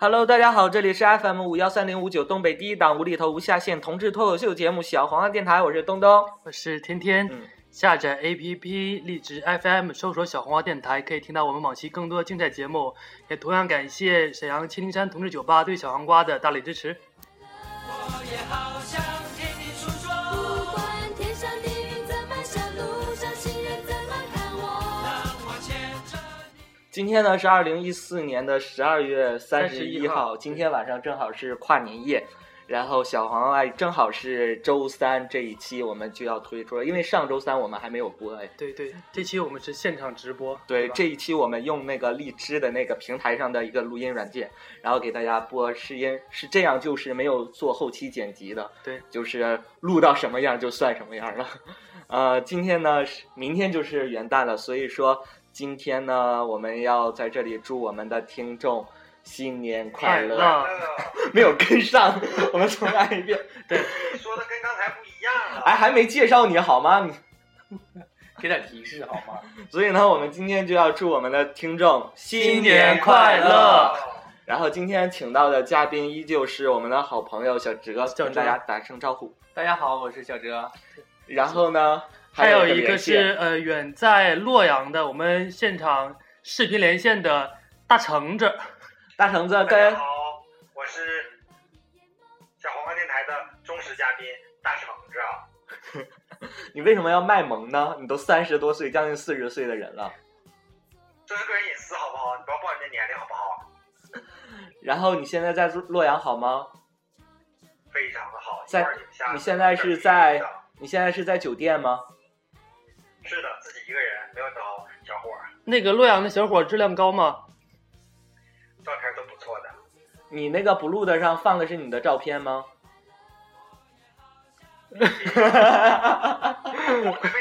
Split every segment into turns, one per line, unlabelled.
Hello，大家好，这里是 FM 五幺三零五九东北第一档无厘头无下限同志脱口秀节目小黄鸭电台，我是东东。
我是天天，
嗯
下载 APP 荔枝 FM，搜索小黄花电台，可以听到我们往期更多精彩节目。也同样感谢沈阳千灵山同志酒吧对小黄瓜的大力支持。
我也好想听你诉说，
不管天上的云怎么笑，路上行人怎么看我？
让我牵着你。
今天呢是二零一四年的十二月三十一
31
号，
号
今天晚上正好是跨年夜，然后小黄爱正好是周三这一期我们就要推出了，因为上周三我们还没有播哎。
对对，这期我们是现场直播，
对，
吧
这一期我们用那个荔枝的那个平台上的一个录音软件，然后给大家播试音，是这样，就是没有做后期剪辑的，
对，
就是录到什么样就算什么样了。呃，今天呢，是明天就是元旦了，所以说今天呢，我们要在这里祝我们的听众新年快
快乐，
没有跟上，我们重来一遍。
你说的跟刚才不一样了。
啊
哎，还没介绍你好吗？你
给点提示好吗？
所以呢，我们今天就要祝我们的听众新
新年哎快乐！
然后今天请到的嘉宾依旧是我们的好朋友小哲，
哲
跟大家打声招呼。
大家好，我是小哲。
然后呢，
还
有
有一个
连线
是呃远在洛阳的我们现场视频连线的大橙子，
大橙子
大家
跟
好，我是小黄瓜电台的忠实嘉宾大橙子啊。
你为什么要卖萌呢？你都三十多岁，将近四十岁的人了。
这是个人隐私，好不好？你不要暴露你的年龄，好不好？
然后你现在在洛洛阳好吗？
非常的好，
在
一会儿们下
你现在是在你现在是在酒店吗？
是的，自己一个人，没有找小伙儿，
那个洛阳的小伙质量高吗？
照片都不错的。
你那个 blue 的上放的是你的照片吗？
我会被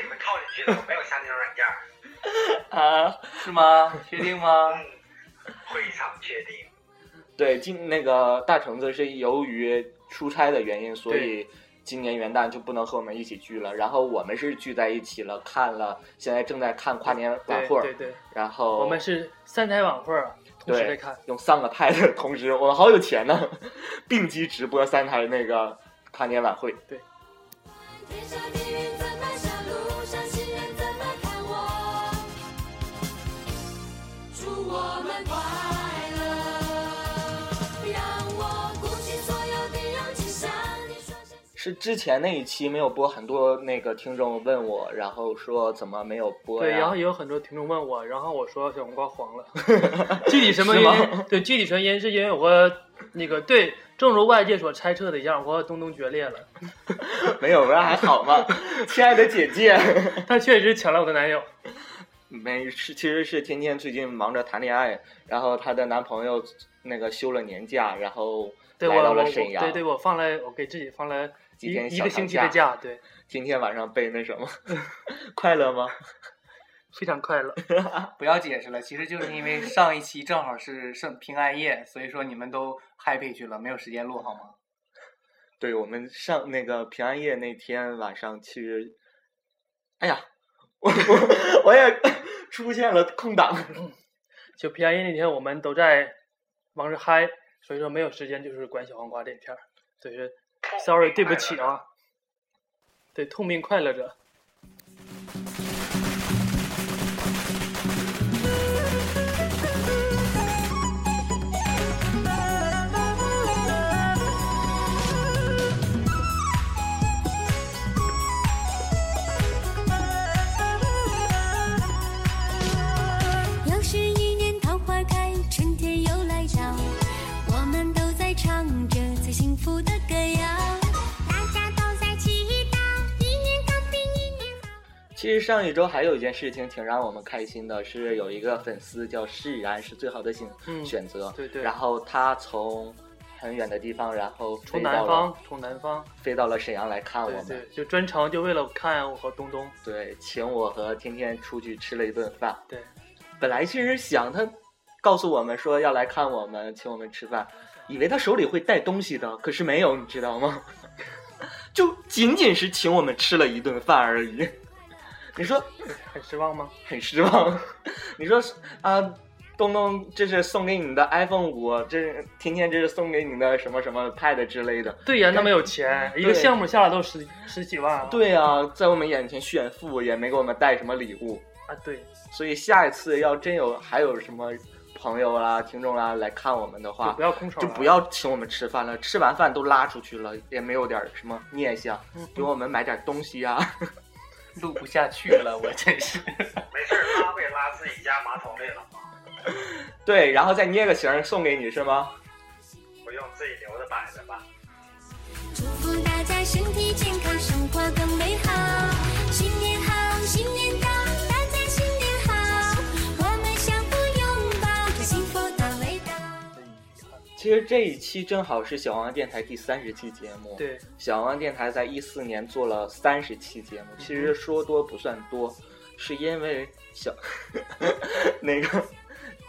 你们套进去的，我没有下那种软件儿，
啊，
是吗？确定吗？
嗯，非常确定。
对，今那个大橙子是由于出差的原因，所以今年元旦就不能和我们一起聚了。然后我们是聚在一起了，看了现在正在看跨年晚
对
会
对
儿，
对，
然后
我们是三台晚会儿同时
对
在看。
用三个台的同时，我们好有钱呢，并机直播三台那个跨年晚会。
天上的云怎么笑，路上行人怎么看我？祝我们快乐，让我鼓起所有的勇气向你说声。
是之前那一期没有播，很多那个听众问我，然后说怎么没有播
对，然后
呀？
也有很多听众问我，然后我说小黄瓜黄了， 具体什么原
是
因？对，具体什么原因是因为我和那个对，正如外界所猜测的一样，我和东东决裂了。
没有，不然还好 吗？亲爱的姐姐。
他确实抢了我的男友，
没是，其实是天天最近忙着谈恋爱，然后她的男朋友那个休了年假，然后
对我
来到
我
了
我
沈阳，
对对，我放了，我给自己放了
几
一
天
一
小
个
长
星期的假，对，
天天晚上被那什 么，快乐吗？
非常快乐。
不要解释了，其实就是因为上一期正好是圣平安夜，所以说你们都 happy 去了，没有时间录好吗？
对我们上那个平安夜那天晚上去，哎呀，我我我也出现了空档，
就平安夜那天，我们都在忙着嗨，所以说没有时间就是管小黄瓜这一片儿，所以说 sorry 对不起啊，对，痛并快乐着。
又是一年桃花开，春天又来到，我们都在唱着最幸福的歌谣，大家都在祈祷，一年更比一年好。
其实上一周还有一件事情挺让我们开心的，是有一个粉丝叫释然，是最好的选
嗯
选择。
对对
然后他从很远的地方，然后飞
从
到
南
了
方，从南方，
飞到了沈阳来看我
对
们。
对，就专程就为了看我和东东。
对请我和天天出去吃了一顿饭。
对，
本来其实想他告诉我们说要来看我们，请我们吃饭，以为他手里会带东西的，可是没有，你知道吗？ 就仅仅是请我们吃了一顿饭而 已。你说
很失望吗？
很失望。你说啊、东东这是送给你的 iPhone 五，这是天天这是送给你的什么什么 Pad 之类的。
对呀，那么有钱，一个
对
项目下来都十十几万啊。
对啊，在我们眼前炫富，也没给我们带什么礼物。
啊，对，
所以下一次要真有还有什么朋友啦、听众啦来看我们的
就
话
不，要空手，
就不。要请我们吃饭了，吃完饭都拉出去了，也没有点儿什么念想，给我们买点东西啊。
嗯 录不下去了，我真是。
没事儿拉会拉自己家马桶里了，
对，然后再捏个形儿送给你是吗？
不用自己留着摆着吧。
祝福大家身体健康，生活更美好。新年好，新年到，大家新年好，我们相互拥抱，这幸福的味道。
其实这一期正好是小王电台第三十期节目。，
对，
小王电台在一四年做了三十期节
嗯
目，其实说多不算多，是因为小 那个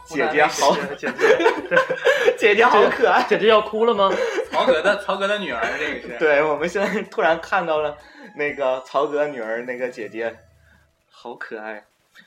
姐姐好，
姐姐，
姐姐好可爱。
姐姐要哭 了吗？
曹格的曹格的女儿，这个是。
对，我们现在突然看到了那个曹格女儿那个姐姐，好可爱。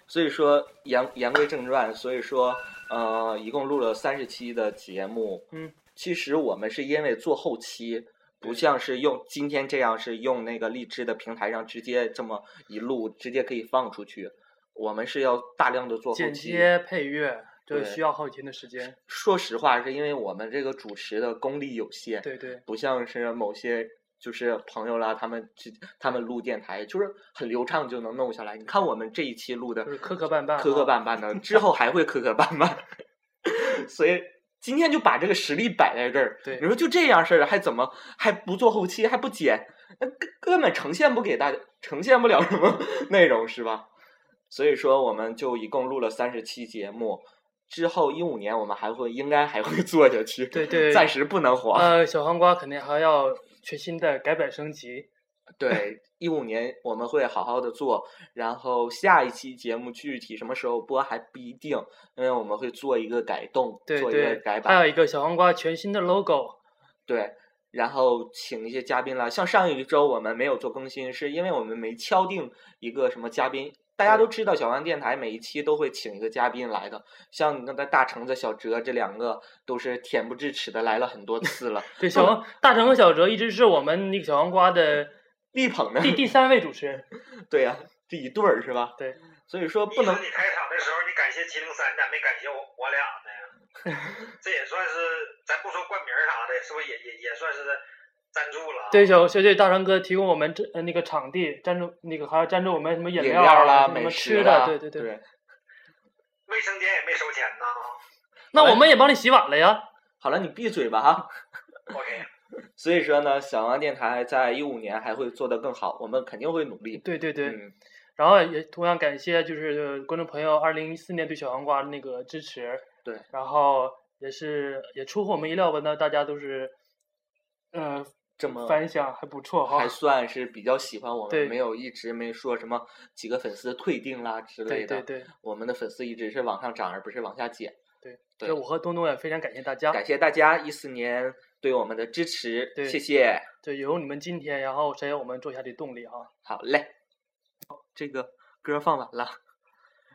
所以说言言归正传，所以说呃，一共录了三十期的节目。
嗯，
其实我们是因为做后期，不像是用今天这样是用那个荔枝的平台上直接这么一录，直接可以放出去。我们是要大量的做后
剪
期，
接配乐，这
对
需要好几天的时间。
说实话，是因为我们这个主持的功力有限，
对对，
不像是某些就是朋友啦，他们去他们录电台就是很流畅就能弄下来。你看我们这一期录的
就是磕磕绊绊啊，
磕磕绊绊的，之后还会磕磕绊 绊，所以今天就把这个实力摆在这儿。
对
你说就这样式儿，还怎么还不做后期，还不剪，那根根本呈现不给大家，呈现不了什么内容是吧？所以说，我们就一共录了三十期节目。之后一五年我们还会应该还会做下去，
对对
暂时不能黄。
呃，小黄瓜肯定还要全新的改版升级。
对，一五年我们会好好的做，然后下一期节目具体什么时候播还不一定，因为我们会做一个改动，
对
做一个
对，
改
还有
版，
一个小黄瓜全新的 logo，
对。然后请一些嘉宾来，像上一周我们没有做更新，是因为我们没敲定一个什么嘉宾。大家都知道，小王电台每一期都会请一个嘉宾来的，像你刚才大橙子、小哲这两个都是恬不知耻的来了很多次了，
对，小黄大成和小哲一直是我们那个小黄瓜的
力捧的，
第第三位主持人。
对呀、这一对儿是吧？
对，
所以说不
意
能
思你开场的时候，你感谢七零三，咋没感谢我我俩呢？这也算是，咱不说冠名儿啥的，是不是也也也算是赞助了啊？
对，小小对大成哥提供我们这呃那个场地，赞助那个还要赞助我们什么饮
饮
啊
啦、
什
美
么
食
吃
啦，
的，对对
对。
卫生间也没收钱呢。
那我们也帮你洗碗了呀。
好了，你闭嘴吧哈。
OK，
所以说呢，小王电台在一五年还会做得更好，我们肯定会努力。
对对对，
嗯，
然后也同样感谢就是观众朋友二零一四年对小黄瓜的那个支持，
对，
然后也是也出乎我们意料吧，那大家都是，呃，
这么
反响还不错哈
还，算是比较喜欢我
对
们，没有一直没说什么几个粉丝退订啦之类
对
的。
对对
我们的粉丝一直是往上涨，而不是往下减。
对，
对
这我和东东也非常感谢大家，
感谢大家一四年对我们的支持，
对
谢谢。
对，有你们今天，然后才有我们做下的动力哈。
好嘞，这个歌放完了，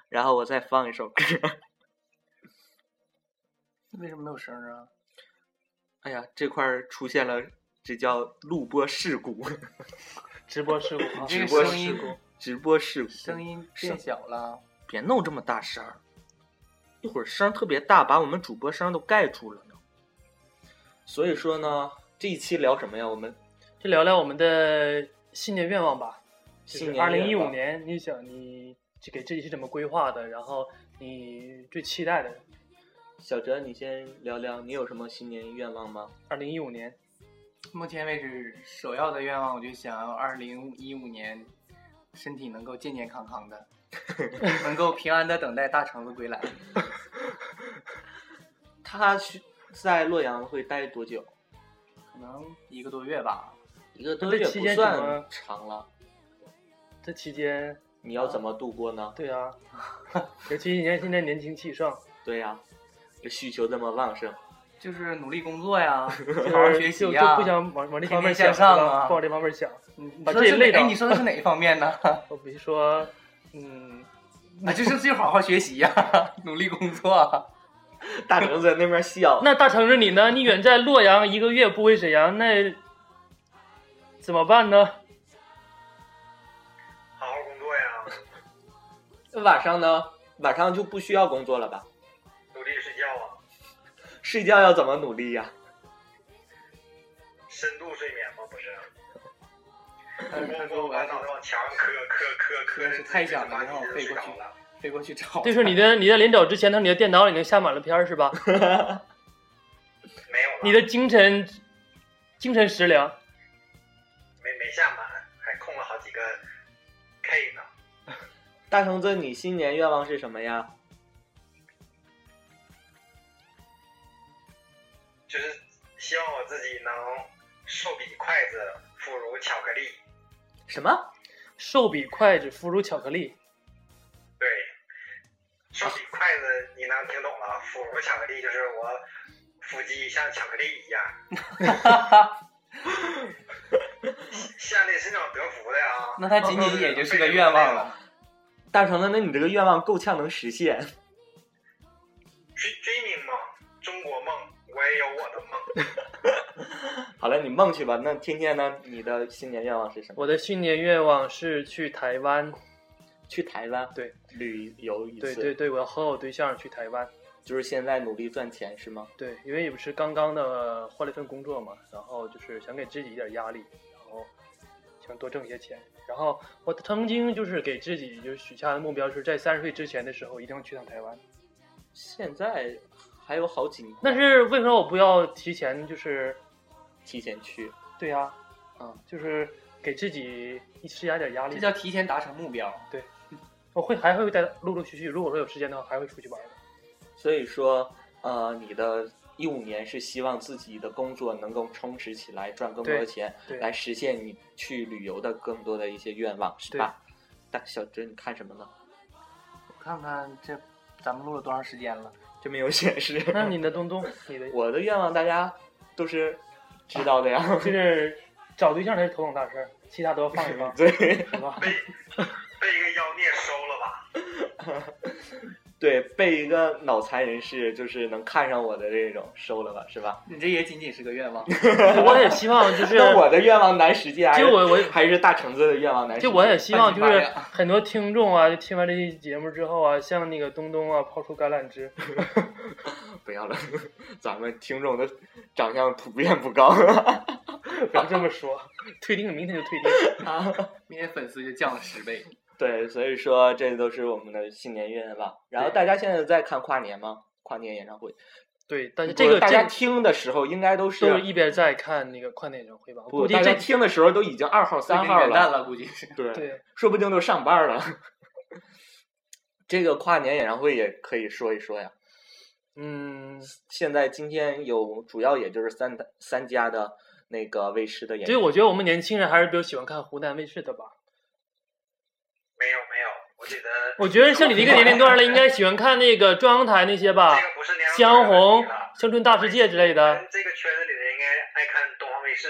然后我再放一首歌。
为什么没有声儿啊？
哎呀，这块儿出现了，这叫录播事故，
直播事故啊，
这
直
个
播
声
事
音
故，直播事故，
声音变小了，
别弄这么大声儿，一会儿声儿特别大，把我们主播声儿都盖住了呢。所以说呢，这一期聊什么呀？我们
就聊聊我们的新年愿望吧。
新年
二零一
愿
五
望
年，你想你就给自己是怎么规划的？然后你最期待的
小哲，你先聊聊，你有什么新年愿望吗？
二零一五年，
目前为止首要的愿望，我就想要二零一五年身体能够健健康康的，能够平安的等待大橙子归来。
嗯
他去在洛阳会待多久？
可能一个多月吧，
一个多
这
月
期
不
间怎
算
么
长了，
这期间，
你要怎么度过呢？
对 啊，尤其你看现在年轻气盛，
对呀、
嗯
这需求这么旺盛，
就是努力工作呀，
就
好好
是
学
就
习
就
呀。
不想往往这
天
方面
天
想，
向
是
上
吧
啊
不往这方面想。
你你
把
说
自己
是
累
哪？哎
着
你说的是哪一方面呢？啊，
我比如说，嗯，
就是就好好学习呀，努力工作。
大橙子在那边笑。
那大橙子你呢？你远在洛阳一个月不回沈阳，那怎么办呢？
好好工作呀，
晚上呢？晚上就不需要工作了吧？
努力睡觉啊，
睡觉要怎么努力呀、
深度睡眠嘛，不是？
但是他说
我
我
把
要
脑袋往墙上磕磕磕磕，
真是太想了
把
然后
你
背
睡
过去
着了。
飞过去找。
就是你的你在临走之前，他你的电脑里能下满了片儿 是吧？
没有了，
你的精神精神食粮，
没没下满，还空了好几个 K 呢。
大橙子，你新年愿望是什么呀？
就是希望我自己能寿比筷子，腹如巧克力。
什么？
寿比筷子，福如巧克力。
对，寿比筷子，你能听懂了？腹如巧克力就是我腹肌像巧克力一样，像那是那种德芙的啊。
那他仅仅也就是个愿望了。
大橙子，那你这个愿望够呛能实现。
追追命梦，中国梦，我也有我的梦。
好了，你梦去吧。那天天呢？你的新年愿望是什么？
我的新年愿望是去台湾，
去台湾
对
旅游一次，
对对对，我要和我对象去台湾。
就是现在努力赚钱是吗？
对，因为也不是刚刚的换了一份工作嘛，然后就是想给自己一点压力，然后想多挣些钱。然后我曾经就是给自己就是许下的目标是在三十岁之前的时候一定要去趟台湾。
现在还有好几年，
但是为什么我不要提前就是
提前去。
对呀、
嗯，
就是给自己施加点压力
这。叫提前达成目标。
我会还会再陆陆续续，如果说有时间的话，还会出去玩的。
所以说，呃，你的一五年是希望自己的工作能够充实起来，赚更多的
对
钱，
对
来实现你去旅游的更多的一些愿望，是
对
吧？大小珍，你看什么呢？
我看看这咱们录了多长时间了？
这没有显 示。
那你的东东，你的
我的愿望大家都是知道的呀。，
就是找对象才是头等大事儿，其他都要放一放
对
好吧？
被被一个妖孽收了吧？
对，被一个脑残人士就是能看上我的这种收了吧，是吧？
你这也仅仅是个愿望。
我也希望就是，
那我的愿望难实现，还
就是啊我我
还是大橙子的愿望难实现。
就我也希望就
半斤八
是
两
很多听众啊，就听完这期节目之后啊，像那个东东啊，抛出橄 榄枝，
不要了， 咱们听众的长相普遍不高。
不要这么说，退订明天就退订。
明天粉丝就降了十倍。
对，所以说这都是我们的新年愿望。然后
对
大家现在在看跨年吗？跨年演唱会，
对，但是
不
呃这个
大家
这
听的时候应该都
个都是
是
一边在看那个跨年演唱会吧，我
不，
估计
大家
这
听的时候都已经二号、三号
元旦了，估计是。
对，
对
说不定都上班了。 这个跨年演唱会也可以说一说呀。
嗯，
现在今天有主要也就是三大三家的那个卫视的演
所以我觉得我们年轻人还是比较喜欢看湖南卫视的吧。
没有没有，我觉得
我觉得像你这个年龄段的，应该喜欢看那个中央台那些吧
这，个不是年龄段
江
的问
红
题了、
乡村大世界之类的。
呃咱这个圈子里的应该爱看东方卫视，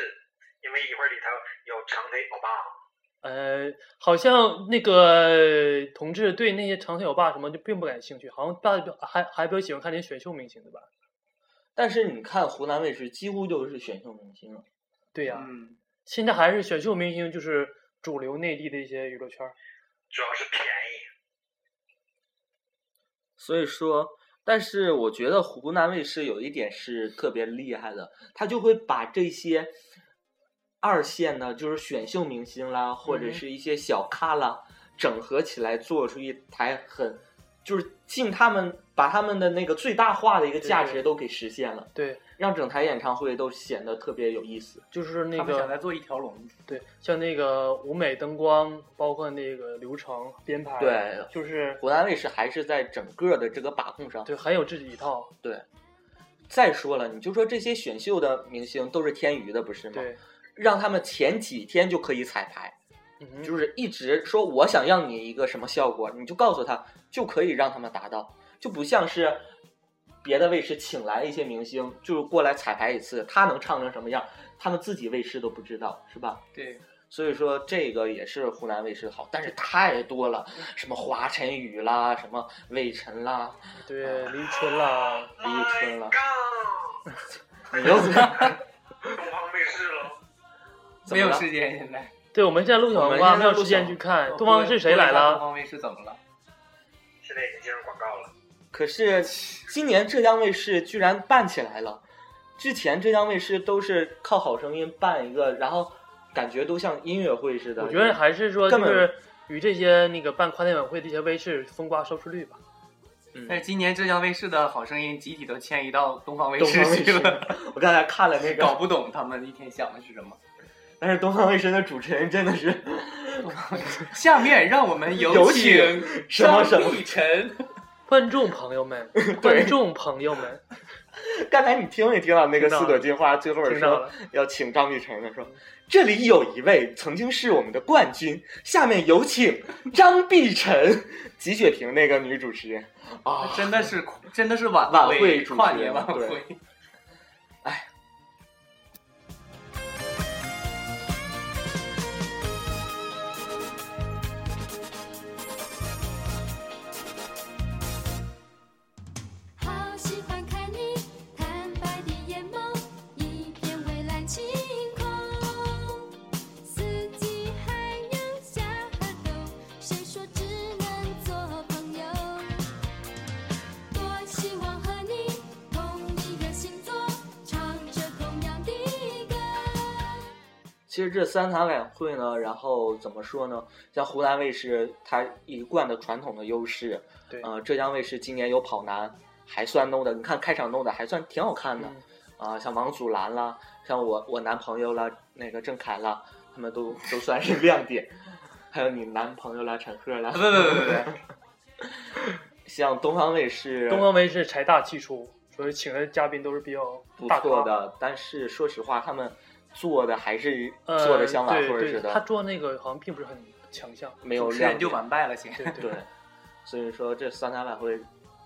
因为一会儿里头有长腿欧巴。
呃，好像那个同志对那些长腿欧巴什么就并不感兴趣，好像大还还比较喜欢看那些选秀明星的吧？
但是你看湖南卫视几乎就是选秀明星了。
对呀、
嗯，
现在还是选秀明星就是主流内地的一些娱乐圈儿。
主要是便宜，
所以说，但是我觉得湖南卫视有一点是特别厉害的，他就会把这些二线的，就是选秀明星啦，或者
嗯
是一些小咖啦，整合起来做出一台很，就是尽他们把他们的那个最大化的一个价值
对
都给实现了，
对，
让整台演唱会都显得特别有意思。
就是那
他们想
个
再做一条龙。
对，像那个舞美灯光，包括那个流程编排，
对
就是
湖南卫视还是在整个的这个把控上。
对，很有自己一套。
再说了，你就说这些选秀的明星都是天娱的，不是吗？
对，
让他们前几天就可以彩排。
嗯哼，
就是一直说我想让你一个什么效果，你就告诉他，就可以让他们达到，就不像是别的卫视请来一些明星，就是过来彩排一次，他能唱成什么样，他们自己卫视都不知道，是吧？
对，
所以说这个也是湖南卫视好，但是太多了，什么华晨宇啦，什么魏晨啦，啊
对，李宇春啦，
李宇春了
My God，
你又
东方卫视了，
怎
没
么
有
了？
时间现在。
对，我们现在录小
我们
黄瓜，
现
没
在
有
录
时
小哦
间去看。东
我
方是谁来
东
了？
方卫视怎么了？
现在已经进入广告了。
可是今年浙江卫视居然办起来了，之前浙江卫视都是靠《好声音》办一个，然后感觉都像音乐会似的。
我觉得还是说
根
就
本
是与这些那个办跨年晚会这些卫视风刮收视率吧。
但是
哎
嗯，
今年浙江卫视的好声音集体都迁移到东方卫
东
视
方卫
去
视
了，，
我刚才看了那个，
搞不懂他们一天想的是什么。
但是东方卫视的主持人真的是
下面让我们
有
请
什么什么
张。碧晨。
观众朋友们，
对
观众朋友们，
刚才你听没听啊到那个
听到了
四朵金花最后
听到
说
了
要请张碧晨的说，这里有一位曾经是我们的冠军，下面有请张碧晨， 吉雪萍那个女主持人啊，
真的是真的是晚
晚会
会
主持
跨年晚
对
会，
好喜欢看你坦白的眼眸，一片蔚蓝晴空。四季还有夏和冬，谁说只能做朋友？多希望和你同一个星座，唱着同样的歌。
其实这三台晚会呢，然后怎么说呢？像湖南卫视，它一贯的传统的优势，
对
呃，浙江卫视今年有跑男，还算弄的，你看开场弄的还算挺好看的，
嗯
啊、像王祖蓝啦，像我我男朋友啦，那个郑恺啦，他们都都算是亮点， 还有你男朋友啦，陈赫啦
啊
不，不不不不，
像东方卫视，
东方卫视财大气粗，所以请的嘉宾都是比较
不
大
错
咖。
的，但是说实话，他们做的还是
呃，
做的像晚
对
会
对
似的，
他做那个好像并不是很强项。
没有
主持
亮
人
点。
就完败了，行。
对
对，所以说这三台晚会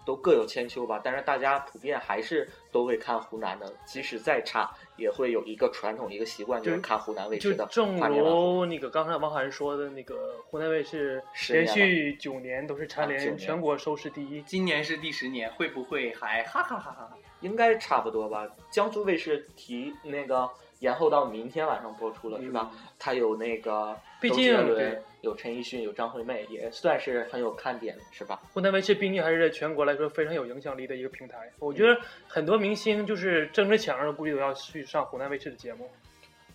都各有千秋吧，但是大家普遍还是都会看湖南的，即使再差，也会有一个传统一个习惯，
就
就是看湖南卫
就
视的
正
跨年晚会。
如那个刚才王涵说的那个，湖南卫视
十
连
年
续九年都是
啊
蝉
九年
联全国收视第一。
今年是第十年，会不会还哈哈哈哈哈？
应该差不多吧。江苏卫视提那个延后到明天晚上播出了，是吧？它有那个
嗯毕
周
竟
杰
对
伦，有陈奕迅，有张惠妹，也算是很有看点，是吧？
湖南卫视毕竟还是在全国来说非常有影响力的一个平台。我觉得很多明星就是争着抢着，估计都要去上湖南卫视的节目。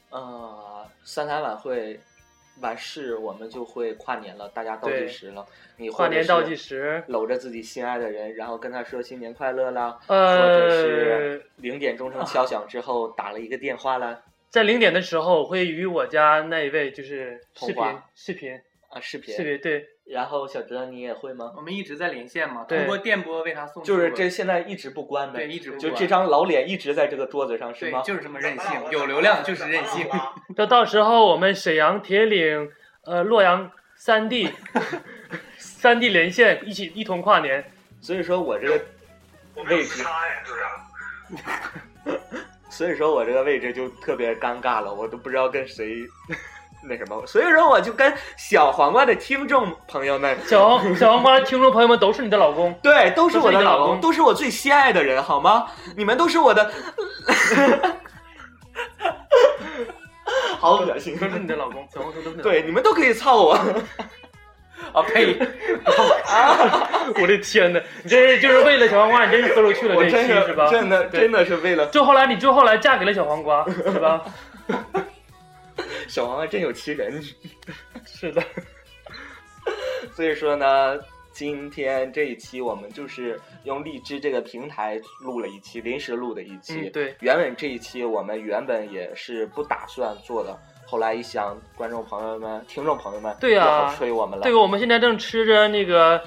呃，三台晚会完事，我们就会跨年了，大家倒计
对
时了。你
跨年倒计
时。
时，
搂着自己心爱的人，然后跟他说新年快乐啦，或者
呃
是，零点
啊
钟声敲响之后打了一个电话啦，
在零点的时候，我会与我家那一位就是视
通
频
话
视频
啊视频
视。频对
然后小哲你也会吗？
我们一直在连线嘛，
对
通过电波为他送出
就是这现在一直不关呗，
对一直不
就
关
这张老脸一直在这个桌子上是
对
吗？
就是这么任性，有流量就是任性。
到到时候我们沈阳、铁岭、呃洛阳三地三地连线一起一同跨年。
所以说我这个，
我没有时差呀，是不是？
所以说我这个位置就特别尴尬了，我都不知道跟谁 那什么，所以说我就跟小黄瓜的听众朋友们。
小黄小黄瓜听众朋友们都是你的老公，
对，都是我的
都是你的
老
老
公，
公
都是我最心爱的人，好吗？你们都是我的，好恶心。
都是你的老公，小黄瓜都是你的老
对，你们都可以操我。
啊呸！
公。我的天哪，你这是就是为了小黄瓜，你真是喝出去了
我
这一
真
期
是
是吧？
真的
对
真的是为了
就后来你就后来嫁给了小黄瓜是吧？
小黄瓜真有其人，
是的，
所以说呢，今天这一期我们就是用荔枝这个平台录了一期，临时录的一期。
嗯对，
原本这一期我们原本也是不打算做的，后来一想，观众朋友们、听众朋友们，
对呀
又好催我们了，
对，我们现在正吃着那个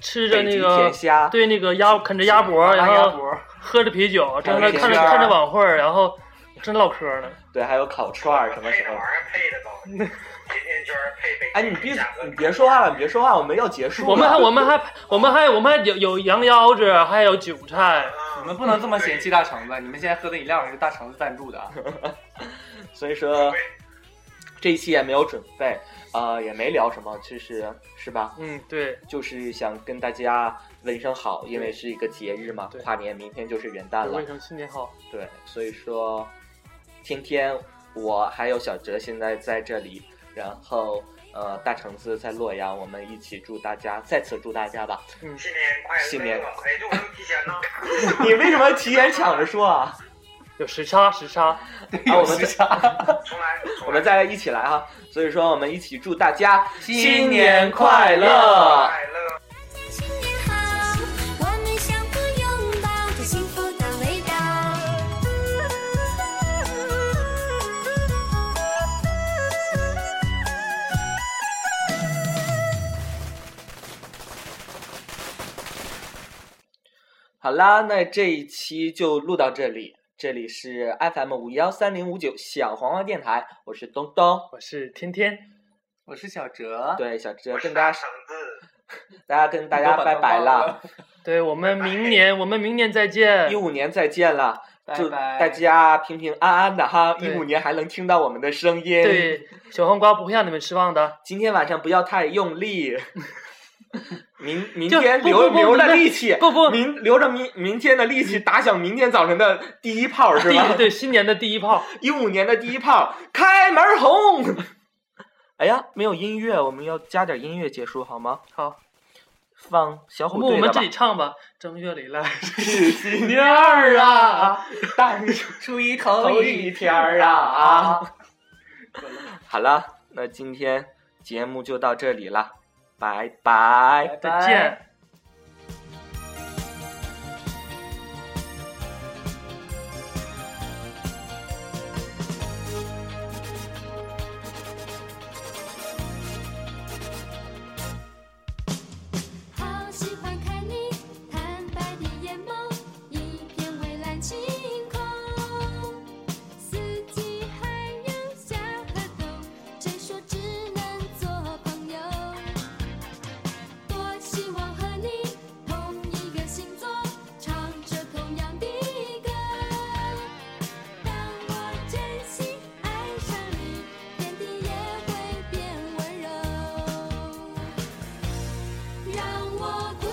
吃着
北
那
极
个
甜虾，
对那个鸭啃着鸭脖，然
鸭
后
脖，
喝着啤酒，正在看
看着片
着
儿
看着晚会儿，然后正唠嗑呢。
对，还有烤串儿什么
配
什
那玩
么
哎
意。儿配的高，甜甜圈儿配北
哎，你别你别说话了，你别说话，我们要结束了。
我们 还我们还我们还我们还有有羊腰子，还有韭菜，
嗯
你们不能这么嫌弃大橙子，你们现在喝的饮料是大橙子赞助的啊。
所以说，这一期也没有准备，呃，也没聊什么，其实是吧？
嗯，对，
就是想跟大家问一声好，因为
对
是一个节日嘛
对，
跨年，明天就是元旦了
问一。声新年好，
对，所以说，天天我还有小哲现在在这里，然后呃大橙子在洛阳，我们一起祝大家再次祝大家吧。
嗯，
新年快乐！
新年
哎，这我能提前呢？
你为什么提前抢着说啊？
有时差时 差，
啊， 我们再
重来，重来
我们再来一起来啊！所以说，我们一起祝大家年
新年
快
快
乐
乐！
快乐。
新年好，我们相互拥抱着幸福的味道。
好啦，那这一期就录到这里。这里是 FM 五幺三零五九小黄瓜电台，我是东东。
我是天天，
我是小哲，
对，小哲
我是
跟大
大
家
橙子，
大家跟大家拜拜了，，
对我们明
哎
年我们明年再见
一，五年再见了。
拜
祝
拜
大家平平安安的哈，一
对
五年还能听到我们的声音。，
对，小黄瓜不会让你们失望的，
今天晚上不要太用力， 明明
就
天
不
留
不不
留
你
着
们
力气，
不不
明留着明明天的力气打响明天早晨的第一炮是
第
吧
一？对新年的第一炮，
一五年的第一炮，开门红。 哎呀，没有音乐，我们要加点音乐结束好吗？
好，
放小
我
虎
们我
队
们
的
自
吧
己。唱吧，正月里来，
是新年儿 啊，但是。
初一
头
头
一
一
天
天
儿
儿
啊
啊！
好了，那今天节目就到这里了，拜拜。
再见。
好喜欢看你坦白的眼眸，一片蔚蓝晴空，四季还有小河沟，谁说只能做朋友？多希望和你同一个星座，唱着同样的歌。当我真心爱上你，天地也会变温柔。让我孤